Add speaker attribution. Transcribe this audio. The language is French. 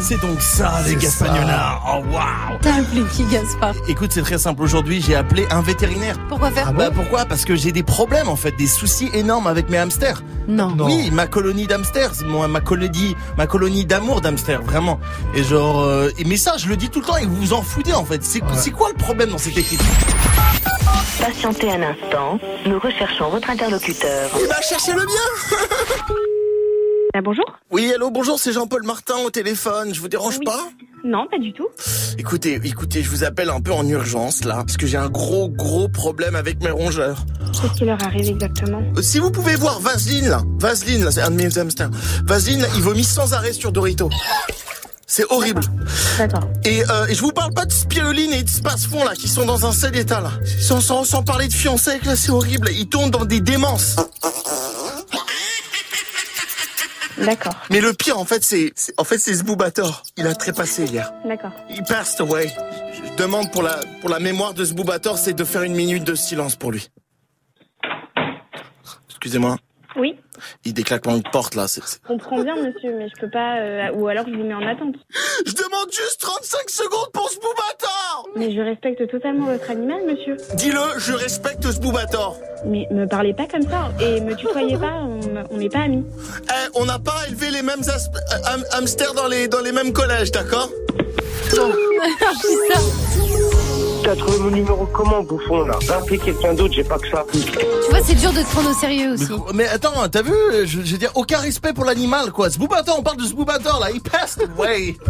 Speaker 1: C'est donc ça, les Gaspagnolins. Oh, waouh.
Speaker 2: T'as appelé qui, Gaspard
Speaker 1: Écoute, c'est très simple. Aujourd'hui, j'ai appelé un vétérinaire.
Speaker 2: Pourquoi faire
Speaker 1: Bah, pourquoi Parce que j'ai des problèmes, en fait, des soucis énormes avec mes hamsters.
Speaker 2: Non.
Speaker 3: Non.
Speaker 1: Oui, ma colonie d'hamsters, moi, ma colonie, ma colonie d'amour d'hamsters, vraiment. Et genre, euh, et- mais ça, je le dis tout le temps et vous vous en foutez en fait. C'est c'est quoi le problème dans cette équipe
Speaker 4: Patientez un instant, nous recherchons votre interlocuteur.
Speaker 1: Eh ben, cherchez-le bien.
Speaker 5: Ah, bonjour
Speaker 1: Oui, allô, bonjour, c'est Jean-Paul Martin au téléphone. Je vous dérange
Speaker 5: Oui.
Speaker 1: pas
Speaker 5: Non, pas du tout.
Speaker 1: Écoutez, écoutez, je vous appelle un peu en urgence là, parce que j'ai un gros, gros problème avec mes rongeurs.
Speaker 5: Qu'est-ce qui leur arrive exactement
Speaker 1: Euh, Si vous pouvez voir Vaseline là, Vaseline là, c'est un de mes hamsters. Vaseline, là, il vomit sans arrêt sur Dorito. C'est horrible.
Speaker 5: D'accord.
Speaker 1: Et, euh, et je vous parle pas de spiruline et de space-fond là, qui sont dans un sale état là. Sans, sans, sans parler de fiançailles, là c'est horrible, ils tournent dans des démences.
Speaker 5: D'accord.
Speaker 1: Mais le pire en fait c'est, c'est- en fait c'est ce Boubator. Il a trépassé hier.
Speaker 5: D'accord.
Speaker 1: Il passed away. Je, je demande pour la, pour la mémoire de ce Boubator, c'est de faire une minute de silence pour lui. Excusez-moi,
Speaker 5: Oui,
Speaker 1: il déclaque une porte là. c'est- c'est-
Speaker 5: je comprends bien, monsieur, mais je peux pas. euh, ou alors je vous mets en attente.
Speaker 1: Je demande juste 35 secondes pour ce Boubator
Speaker 5: Mais je respecte totalement votre animal, monsieur.
Speaker 1: Dis-le, je respecte ce Boubator.
Speaker 5: Mais me parlez pas comme ça et me tutoyez pas, on on n'est pas amis.
Speaker 1: Eh, on n'a pas élevé les mêmes as- euh, ham- hamsters dans les, dans les mêmes collèges, d'accord
Speaker 6: T'as trouvé mon numéro comment, bouffon, là Va appeler quelqu'un d'autre, j'ai pas que ça.
Speaker 2: Tu vois, c'est dur de te prendre au sérieux
Speaker 1: Mais,
Speaker 2: aussi.
Speaker 1: quoi- mais attends, t'as vu je, je veux dire, aucun respect pour l'animal, quoi. Ce Boubator, on parle de ce Boubator, là. Il passe, ouais.